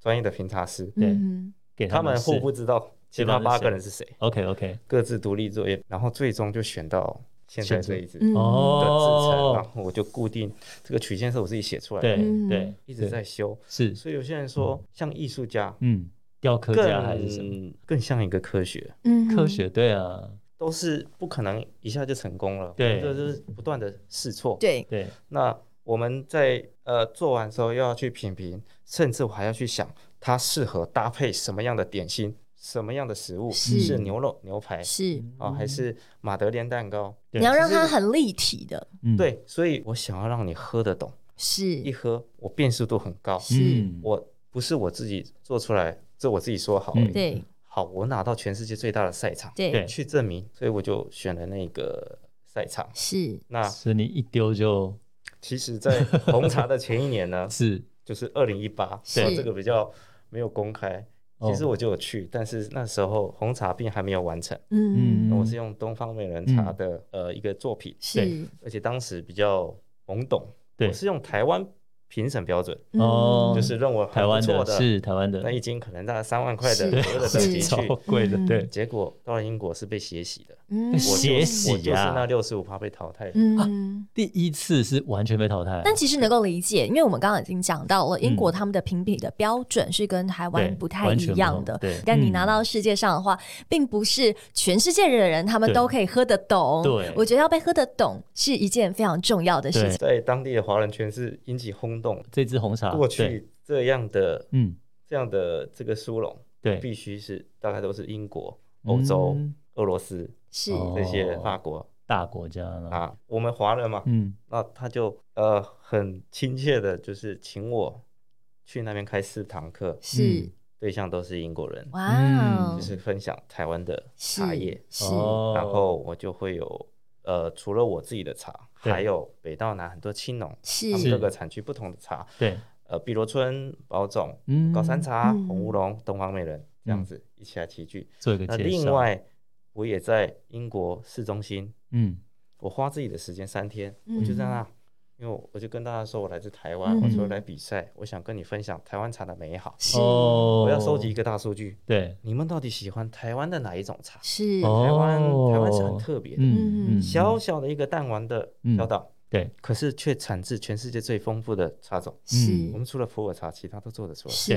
专业的评茶师，
对
嗯
给
他们互
互
不知道其他八个人是谁，
OK OK，
各自独立作业，然后最终就选到现在这一支的制
嗯，
哦
成，然后我就固定这个曲线是我自己写出来的，
对
嗯
对，
一直在修。
是
所以有些人说像艺术家
嗯，雕刻家还是什么
更更像一个科学，
嗯
科学？对啊，
都是不可能一下就成功了，
对
这就是不断的试错。
对，
对，
那我们在呃做完之后又要去品评，甚至我还要去想它适合搭配什么样的点心，什么样的食物
是
是牛肉牛排
是
啊、还是马德莲蛋糕？
对
你要让它很立体的，
嗯，
对，所以我想要让你喝得懂，一
是
喝我辨识度很高，
是，
嗯，
我不是我自己做出来，这我自己说好而
嗯
已，
对
好，我拿到全世界最大的赛场
对
对
去证明，所以我就选了那个赛场。
是
那
所以你一丢就，
其实，在红茶的前一年呢
是
就是二零 一八，
对
这个比较没有公开。
哦
其实我就有去，但是那时候红茶并还没有完成。
嗯
嗯
那我是用东方美人茶的、呃一个作品，
是
而且当时比较懵懂。
对
我是用台湾评审标准，
哦
嗯
就是认为很
台湾
不错
的，是台湾的
那，一斤可能大概三万块的
是
左右的等
是
级去
超，贵的，
嗯
对，
结果到了英国是被血洗的，
嗯
我就
血洗
我就是
啊
那六十五趴被淘汰的。
嗯。
第一次是完全被淘汰，
但其实能够理解，因为我们刚刚已经讲到了，英国
嗯
他们的评比的标准是跟台
对
湾不太
完
一
全不
样
同
的
对。
但你
嗯
拿到世界上的话，并不是全世界的人他们
对
都可以喝得懂。
对
我觉得要被喝得懂是一件非常重要的事
对
情。
在当地的华人圈是引起轰动。
这支红茶
啊
过
对
去这样的
嗯，
这样的这个殊荣，
对，
必须是大概都是英国、欧洲、
嗯
俄罗斯
是，
哦
这些法国
大国家了，
啊，我们华人嘛，
嗯，
那他就呃很亲切的，就是请我去那边开四堂课，
是
嗯，
对象都是英国人，
哇
嗯
哦
就，是分享台湾的
是
茶叶，
是，
哦
然后我就会有呃，除了我自己的茶，
对
还有北到南很多青农，他们
是
各个产区不同的茶，
对，
呃，碧螺春、宝种、
嗯
高山茶、
嗯
红乌龙、东方美人这样子一起来齐聚。
做一个嗯
那
介绍，
另，外，我也在英国市中心，
嗯，
我花自己的时间三天，
嗯
我就在那，因为我就跟大家说我来自台湾，
嗯
我说来比赛，我想跟你分享台湾茶的美好，
是
哦
我要收集一，个大数据，
对，
你们到底喜欢台湾的哪一种茶？
是
哦
台湾台湾是很特别的，
嗯嗯，嗯
小小的一个弹丸的小岛，
对，
可是却产自全世界最丰富的茶种。
是
我们除了普洱茶，其他都做得出来。
是，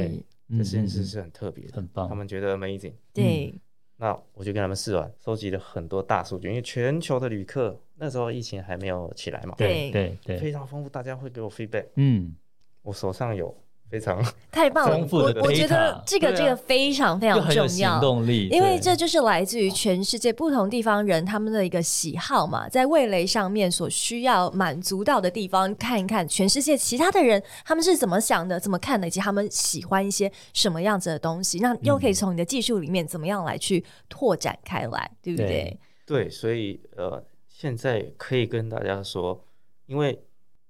嗯
这实验室是很特别的，
很棒
他们觉得 amazing。
对，
嗯
那我就跟他们试完，收集了很多大数据，因为全球的旅客那时候疫情还没有起来嘛，
对
对
对对，
非常丰富，大家会给我 feedback，
嗯，
我手上有 非常
太棒了
丰！富
我
的
我觉
data
得这个
对啊
这个非常非常
又很有
重
行
要。
动力，
因为
对
这就是来自于全世界不同地方人他们的一个喜好嘛，在味蕾上面所需要满足到的地方，看一看全世界其他的人他们是怎么想的、怎么看的，以及他们喜欢一些什么样子的东西，那又可以从你的技术里面怎么样来去拓展开来，对不对
对？
对，所以呃，现在可以跟大家说，因为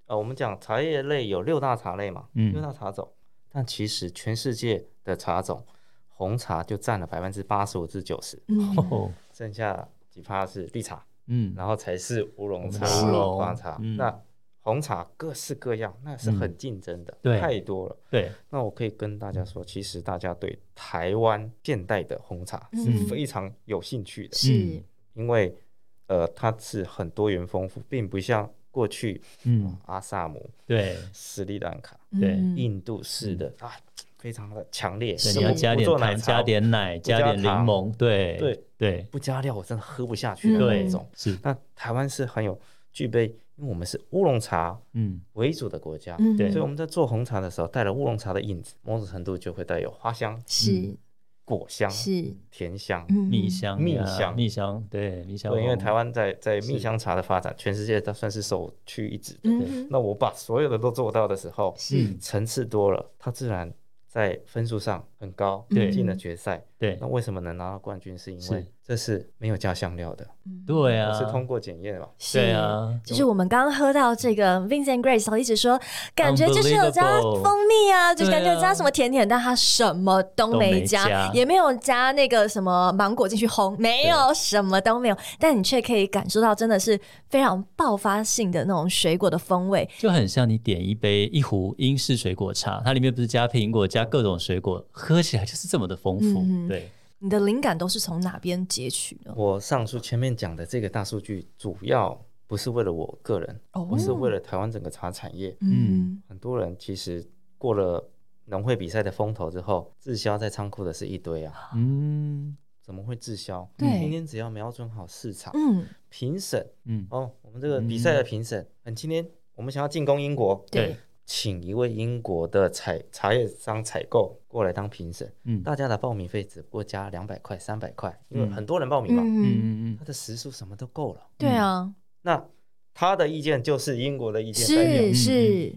呃，我们讲茶叶类有六大茶类嘛，
嗯
六大茶种，但其实全世界的茶种，红茶就占了百分之八十五至九十，
嗯，
哦，
剩下几趴是绿茶，
嗯，
然后才是乌龙茶、
乌龙
花茶。
嗯
那红茶各式各样，那是很竞争的，
对
太多了。
对，
那我可以跟大家说，其实大家对台湾现代的红茶是
嗯
非常有兴趣的。
是
嗯，
因为呃，它是很多元丰富，并不像过去
嗯，
阿萨姆、
对
斯里兰卡、
对
嗯
印度式的啊，非常的强烈。
对，
我
你要
不
加点
做奶
糖，
茶
加点奶，加
加
点柠
糖
檬，对
对
对
不加料，我真的喝不下去
嗯
的
对
那种。
是，
那台湾是很有具备，因为我们是乌龙茶
嗯
为主的国家，
嗯
对
所以我们在做红茶的时候带了乌龙茶的影子，某种程度就会带有花香、
是
果香、
是，
甜香。
嗯
蜜香
蜜
呀
香
蜜香，对蜜香红，
对，因为台湾在在
是
蜜香茶的发展，全世界都算是首屈一指的。
嗯哼
那我把所有的都做到的时候，
嗯
层次多了，它自然在分数上很高，
嗯
对
进了决赛。
对
那为什么能拿到冠军？是因
是
为这是没有加香料的，
嗯
对
我
啊，
是通过检验嘛。
是
对啊，
就是我们刚刚喝到这个 Vincent Grace，他一直说感觉就是有加
Unbelievable
蜂蜜啊，就是感觉有
对啊
加什么甜点，但他什么都没加，
都没加
也没有加那个什么芒果进去烘，没有什么都没有，但你却可以感受到真的是非常爆发性的那种水果的风味。
就很像你点一杯一壶英式水果茶，它里面不是加苹果加各种水果，喝起来就是这么的丰富。
嗯哼
对，
你的灵感都是从哪边截取的？
我上述前面讲的这个大数据，主要不是为了我个人，
哦
而是为了台湾整个茶产业。
嗯
很多人其实过了农会比赛的风头之后，滞销在仓库的是一堆啊，
嗯
怎么会滞销？
对
今天只要瞄准好市场，
嗯，
评审
嗯，
哦，我们这个比赛的评审，很今天我们想要进攻英国，
对，
请一位英国的采茶叶商采购过来当评审，
嗯
大家的报名费只不过加两百块、三百块，因为
嗯
很多人报名嘛，
嗯，
嗯嗯
他的时数什么都够了。
对啊，
那他的意见就是英国的意见代表，
是是，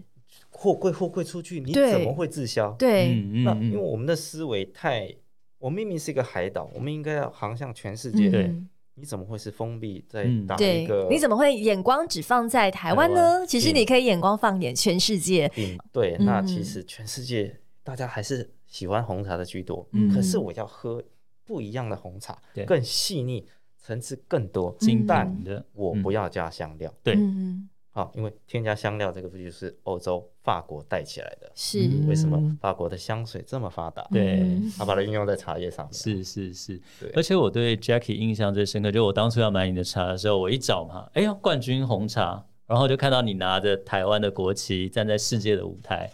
货柜货柜出去，你
对
怎么会滞销？
对，
嗯嗯
那
嗯
因为
嗯，
我们的思维太，我明明是一个海岛，我们应该要航向全世界，
嗯
对
你怎么会是封闭在
嗯
打一
对
个？，
你怎么会眼光只放在台湾
台
呢？其实
嗯
你可以眼光放眼全世界。
嗯，对，那
嗯
其实全世界大家还是喜欢红茶的居多，
嗯
可是我要喝不一样的红茶
对，嗯
更细腻，层次更多，
金
但
蛋的，
我不要加香料。
对
嗯，
好、因为添加香料这个不就是欧洲法国带起来的？
是，
嗯
为什么法国的香水这么发达？
对。
嗯
他把它运用在茶叶上面。
是是是
对，
而且我对 Jackie 印象最深刻，就我当初要买你的茶的时候，我一找嘛，哎呦，冠军红茶，然后就看到你拿着台湾的国旗站在世界的舞台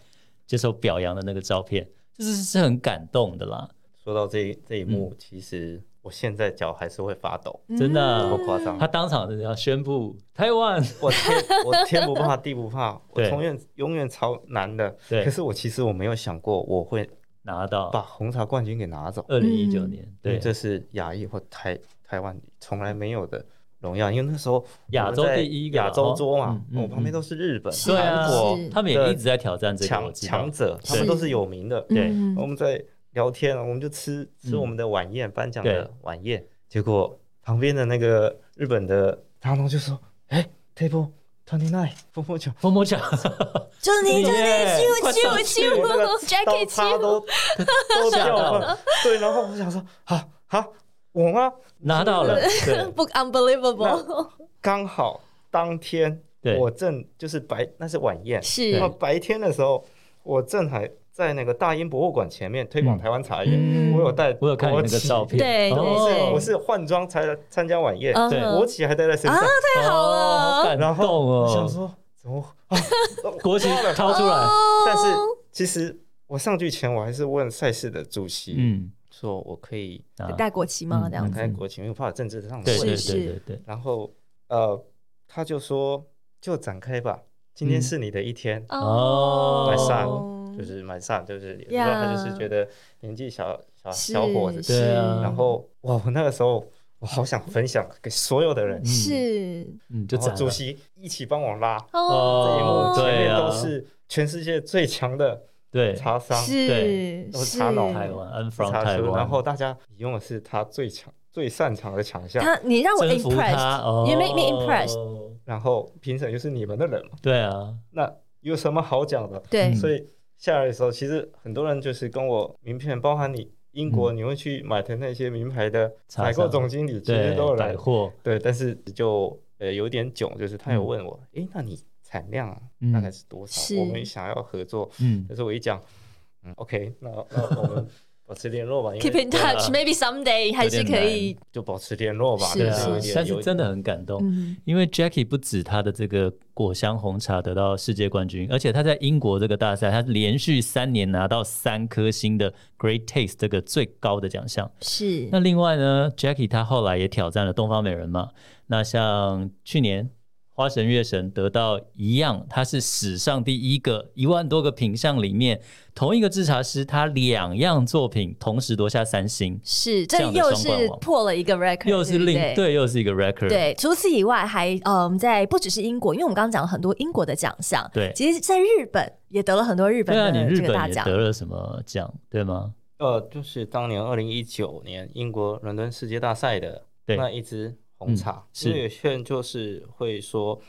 接受表扬的那个照片，这是是很感动的啦，
说到这一这一
嗯
幕，其实我现在脚还是会发抖，
嗯
真的啊、
好夸张
他！当场就要宣布台湾，
我天，我天不怕地不怕，我
对
永远永远超难的。
对
可是我其实我没有想过我会
拿到
把红茶冠军给拿走，
二零一九年，
因为
对，啊
这是亚裔或台台湾从来没有的荣耀。因为那时候
亚洲
我们在
第一个嘛
亚洲桌嘛
哦，嗯嗯
我旁边都是日本、
对啊
韩国
是
他们也一直在挑战这个，我
强
知道
强，者，他
是
们都是有名的。
对
嗯
我们在聊天，我们就吃吃我们的晚宴，颁奖
对
的晚宴。结果旁边的那个日本的大东就说：“哎，table twenty nine，风风球，
摸摸脚，
祝你祝你
耶快上
啾
去
啾
我那个
啾
刀
，Jackie
叉
啾，
都都掉了。”对，然后我想说：“啊啊，我吗？
拿到了，对
不 unbelievable，
刚好当天
对
我正就是白，那是晚宴。
是
那么白天的时候，我正还在那个大英博物馆前面推广台湾茶叶，
嗯
我有带
我有看你那个
国旗
照片，
对对
哦
对
我是换装才来参加晚宴，
哦
嗯
对
国旗还带在身上，
太好了，好感
然
动
后
哦！
我想说怎么 啊
国旗掏出来，
但是其实我上去前我还是问赛事的主席，
嗯，
说我可以
啊
带国旗吗？
嗯
这样子，
开国旗，因为我怕有政治上的
对
问
对
题。
是
对对对，
然后呃，他就说就展开吧，今天是你的一天，
嗯哦
蛮傻就是蛮上，就是有时候他就是觉得年纪小小
是
小伙子，
对啊
然后哇，我那个时候我好想分享给所有的人，
是
嗯，就
然后
展
主
了
席一起帮我拉。这一幕
哦
前
对
面
啊
都是全世界最强的
对
茶商，
是
对
我
是
查脑
台湾，I'm from
茶
台
厨，
湾，
然后大家用的是他最强、最擅长的强项，
他，你让我
征服他
impressed，，you make me impressed
哦
然后评审又是你们的人嘛，
对啊，
那有什么好讲的？
对
嗯
所以下来的时候，其实很多人就是跟我名片，包含你英国你会去买的那些名牌的
嗯茶商
采购总经理，其实
对
都有来
百，货，
对，但是就呃有点囧，就是他有问我，诶，那你产量啊
嗯
大概是多少？
是
我们想要合作，
嗯
但是我一讲，嗯，OK，那那我们保持联络吧 因为呃
keep in
对啊
touch，maybe someday 还是可以。
就保持联络吧，
是
就
对啊
有点，
但是
有
真的很感动，
嗯，
因为 Jackie 不止他的这个果香红茶得到世界冠军，而且他在英国这个大赛，他连续三年拿到三颗星的 Great Taste 这个最高的奖项。
是
那另外呢，Jackie 他后来也挑战了东方美人嘛。那像去年花神月神得到一样，他是史上第一个一万多个品相里面同一个制茶师，他两样作品同时夺下三星，
是，
这
这
样的
又
双冠
是
王
破了一个 record，
又是
对不
另
对
对，又是一个 record。
对，除此以外还，嗯，在不只是英国，因为我们刚刚讲了很多英国的奖项，
对
其实在日本也得了很多日本
对啊，
的
你日
这个大
本也
奖，
得了什么奖，对吗？
呃，就是当年二零一九年英国伦敦世界大赛的
对嗯
那一支红茶，
是
因为有些人就是会说，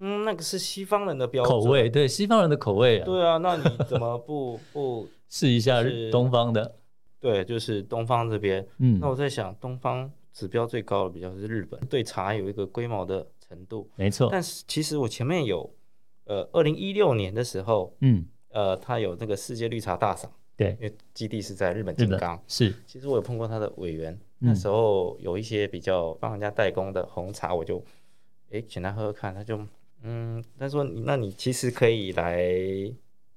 嗯，那个是西方人的标准
口味，对西方人的口味啊，
对啊，那你怎么不 不
试一下
就是
东方的，
对？就是东方这边，
嗯
那，我在想，东方指标最高的比较是日本，对茶有一个规模的程度，
没错，
但是其实我前面有，呃，二零一六年的时候，
嗯，
呃，他有那个世界绿茶大赏，
对
因为基地是在日本
日
静
本嗯
冈，
是
其实我有碰过他的委员，那时候有一些比较帮人家代工的红茶，我就诶请他喝喝看，他就嗯，他说你那你其实可以来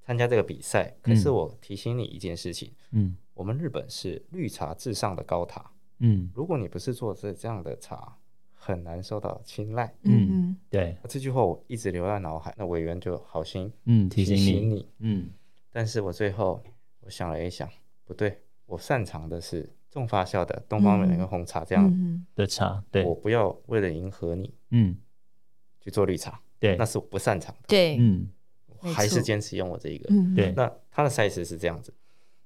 参加这个比赛，可是
嗯
我提醒你一件事情，
嗯
我们日本是绿茶至上的高塔，
嗯，
如果你不是做这这样的茶，很难受到青睐。
嗯
嗯
对，
这句话我一直留在脑海，那委员就好心
嗯，提醒
醒
你，
你，
嗯，
但是我最后我想了一想，不对，我擅长的是重发酵的东方美人跟红茶这样，
嗯
的茶，对
我，不要为了迎合你
嗯，
去做绿茶，
对
那，是我不擅长的，
对，
嗯，
我还
没
是
错
坚持用我这一个。
嗯
对
那它的赛事是这样子，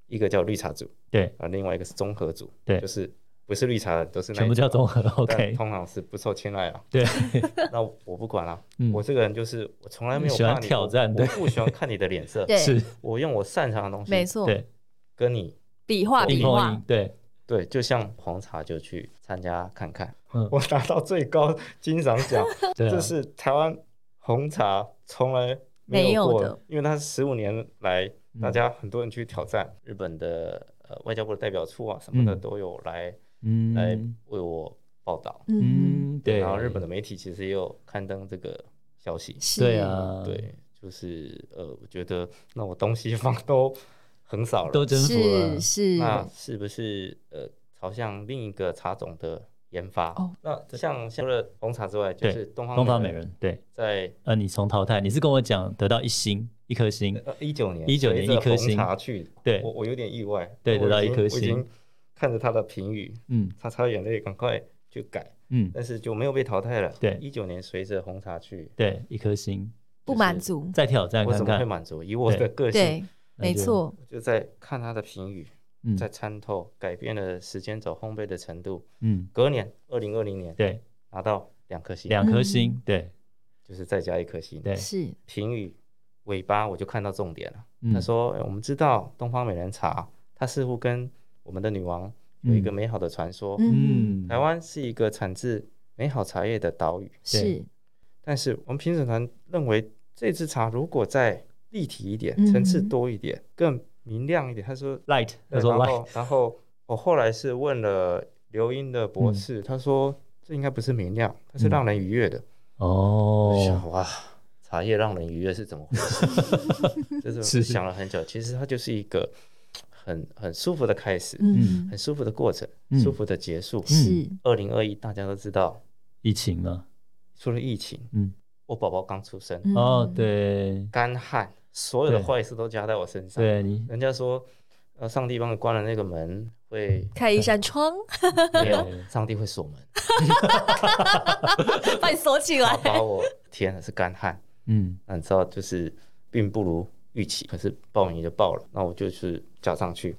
一个叫绿茶组，
对，
啊，另外一个是综合组，
对
就是不是绿茶的都是那
全部
一
叫
种
综合
但
，OK，
通常是不受青睐了。 啊
对，
那我不管了，
嗯
我这个人就是我从来没有
喜欢
怕你
挑战
我
对
我不喜欢看你的 脸色，
对，
是，
我用我擅长的东
没
西
错，
对，
跟你
比划
硬
比
碰硬
划，，
对，
对，就像红茶就去参加看看，
嗯
我拿到最高金赏奖，
对啊
这，是台湾红茶从来
没有
有过
的
因为它十五年来
嗯，
大家很多人去挑战，日本的呃外交部的代表处啊什么的
嗯
都有来、来
嗯
为我报道，
嗯，
嗯，对，
然后日本的媒体其实也有刊登这个消息，
是
对，啊，，
对，就是呃，我觉得那我东西方都很少了，
都征服了
是，
嗯
是，
那是不是呃朝向另一个茶种的研发？
哦
那像除了红茶之外，就
对
是东方
东方美人，对，
在
呃，你从淘汰，你是跟我讲得到一星，一颗星，
呃一九年
19年
随着
一颗星
红茶去，
对
我我有点意外，
对
我
得到
已
一
经
颗
我已经
星
看着他的评语，
嗯
擦擦眼泪，赶快去改，
嗯，
但是就没有被淘汰了。
对
一九年随着红茶去，
对，一颗星，
不满足，
再挑战
我怎
看
么会
看，
满足？以我的个性，
对，
那
没
就
错，
我就在看他的评语，
嗯
在参透，改变了时间轴、烘焙的程度。
嗯，
隔年，二零二零年
对，
拿到两颗星，
两颗星
嗯，
对
就是再加一颗星。
对，
是，
评语尾巴我就看到重点了。
嗯
他说：“呃我们知道东方美人茶，它似乎跟我们的女王有一个
嗯
美好的传说。
嗯，
嗯，
台湾是一个产自美好茶叶的岛屿，
是，
但是我们评审团认为这支茶如果再立体一点
嗯，
层次多一点，更明亮一点。”他说
light，：“他
对
说
然
light，
后，然后我后来是问了刘英的博士，他说这应该不是明亮，它
嗯
是让人愉悦的。”我
哦，
想哇，茶叶让人愉悦是怎么回事？就 是
是
我想了很久，其实它就是一个很很舒服的开始，
嗯，
很舒服的过程，
嗯
舒服的结束。
是，
二零二一大家都知道，
疫情嘛，
除了疫情，
嗯，
我宝宝刚出生，
嗯
哦，，对，
干旱，所有的
对
坏事都加在我身上。
对你
人家说，呃，上帝帮你关了那个门，会
开一扇窗，
没有，上帝会锁门，
把你锁起
他
来，
把我天啊，是干旱。
嗯
那你知道就是并不如预期，可是报名就报了，那我就是加上去，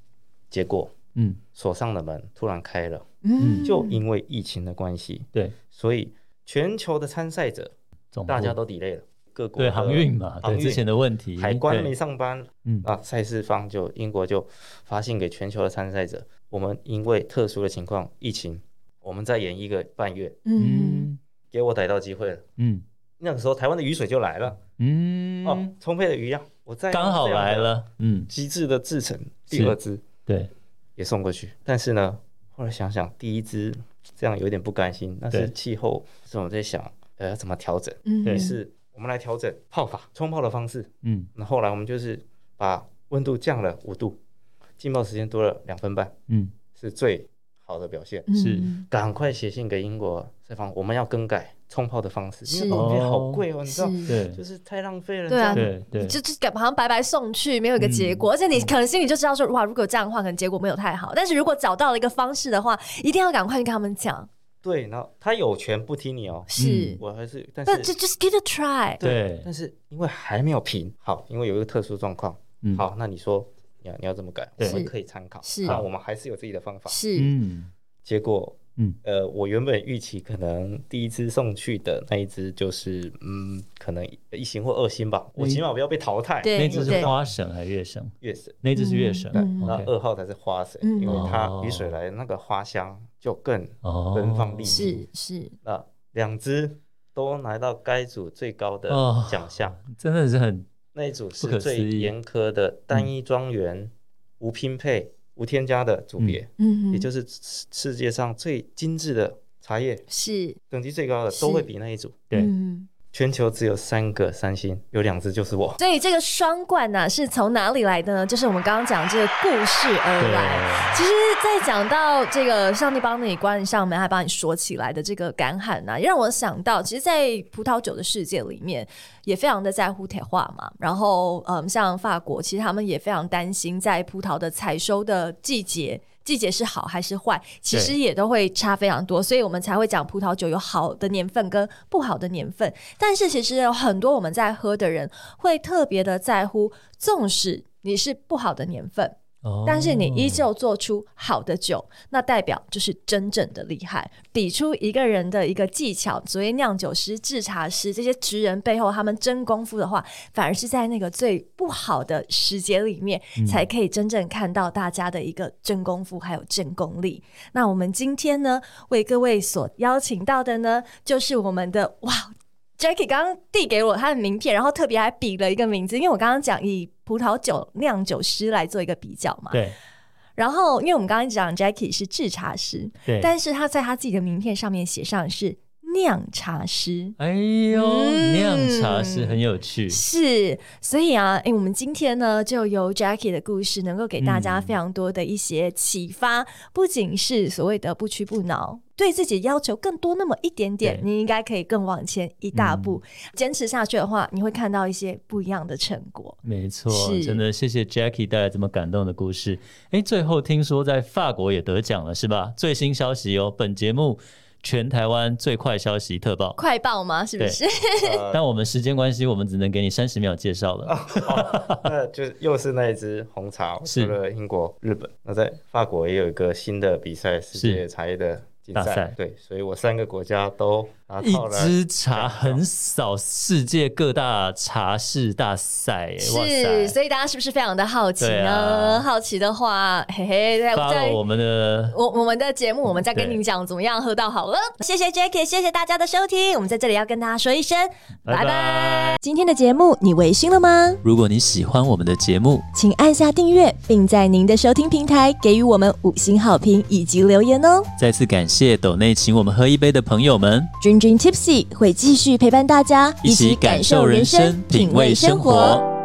结果
嗯，
锁上的门突然开了，
嗯，
就因为疫情的关系，
对，
所以全球的参赛者
总部
大家都 delay 了，各国
对
的
航运嘛，对
航运
之前的问题，
海关
对
没上班，
嗯
啊，赛事方就英国就发信给全球的参赛者，我们因为特殊的情况疫情，我们再延一个半月，
嗯，
嗯
给我逮到机会了。
嗯
那个时候台湾的雨水就来了，哦
嗯，，
充沛的雨量，我在啊
刚好来了，嗯，
极致的制成第二支，
对，
也送过去。但是呢，后来想想，第一支这样有点不甘心，那是
对
气候，是我们在想，呃，要怎么调整？
嗯
对
于是我们来调整泡法、冲泡的方式。
嗯，
那后来我们就是把温度降了五度，浸泡时间多了两分半，
嗯，
是最好的表现。
是
嗯
赶快写信给英国这方，我们要更改冲泡的方式，
是
因为保费好贵哦，你知道，
是
对
就是太浪费了。
对啊
这样
对对嗯
你就就感好像白白送去，没有一个结果，而且你可能心里就知道说，哇，如果这样的话，可能结果没有太好。但是如果找到了一个方式的话，一定要赶快去跟他们讲，
对，然后他有权不听你哦，
是，
我还是，但
不、j
是
just give it a try，
嗯对
但是因为还没有评好，因为有一个特殊状况，
嗯，
好，那你说你要你要怎么改，我
对
们可以参考，
是
那我们还是有自己的方法。
是，
嗯，
结果，
嗯，
呃，我原本预期可能第一支送去的那一支就是，嗯，可能一星或二星吧，我起码不要被淘汰。
对
那只是
对
花神还是月神？
月神，
那只是月神
对，
嗯
那
OK
二号才是花神，
嗯
因为它
哦
雨水来那个花香就更
哦，
奔放力
是是，
那两只都拿到该组最高的
哦
奖项，
真的是很
那一组
不可思
是最
议嗯
严苛的单一庄园、无拼配、无添加的组别，
嗯
也
哼，
就是世世界上最精致的茶叶，
是，
等级最高的
是
都会比那一组。
对
嗯。
全球只有三个三星，有两只就是我。
所以这个双冠呢、是从哪里来的呢？就是我们刚刚讲这个故事而来。
嗯
对，
其实，在讲到这个上帝帮你关上门，还帮你锁起来的这个感慨呢、也让我想到，其实，在葡萄酒的世界里面，也非常的在乎铁化嘛。然后，嗯，像法国，其实他们也非常担心，在葡萄的采收的季节。季节是好还是坏，其实
对
也都会差非常多，所以我们才会讲葡萄酒有好的年份跟不好的年份。但是其实有很多我们在喝的人会特别的在乎，纵使你是不好的年份，
哦
但是你依旧做出好的酒，那代表就是真正的厉害，比出一个人的一个技巧。所谓酿酒师、制茶师这些职人背后，他们真功夫的话，反而是在那个最不好的时节里面，才可以真正看到大家的一个真功夫还有真功力。那我们今天呢，为各位所邀请到的呢，就是我们的哇 Jackie 刚刚递给我他的名片，然后特别还比了一个名字，因为我刚刚讲以葡萄酒酿酒师来做一个比较嘛。
对
然后，因为我们刚刚讲 Jackie 是制茶师，
对，
但是他在他自己的名片上面写上是酿茶师。
哎呦，
嗯
酿茶是很有趣，
是，所以啊，诶，我们今天呢，就由 Jackie 的故事能够给大家
嗯
非常多的一些启发，不仅是所谓的不屈不挠，对自己要求更多那么一点点，
对嗯
你应该可以更往前一大步。坚持下去的话，你会看到一些不一样的成果。
没错
是，
真的谢谢 Jackie 带来这么感动的故事。哎，最后听说在法国也得奖了，是吧？最新消息哦，本节目全台湾最快消息特报。
快报吗？是不
对
是？
呃
但我们时间关系，我们只能给你三十秒介绍了。
那就是又是那一支红茶，除
是
了英国、日本，那在法国也有一个新的比赛，世界茶叶的竞
大
赛
赛。
对，所以我三个国家都拿
一
到了。
支茶横扫世界各大茶室大赛，哎哇
是，
塞！
所以大家是不是非常的好奇
对
呢？
啊
好奇的话，嘿嘿，在
发
在
了我们的
我我们的节目，我们再跟
对
你讲怎么样喝到好了。谢谢 Jackie，谢谢大家的收听，我们在这里要跟大家说一声拜
拜
拜。今天的节目你微醺了吗？
如果你喜欢我们的节目，
请按下订阅，并在您的收听平台给予我们五星好评以及留言哦。
再次感谢斗内请我们喝一杯的朋友们，
君君 Tipsy 会继续陪伴大家，
一起感受人生，品味生活。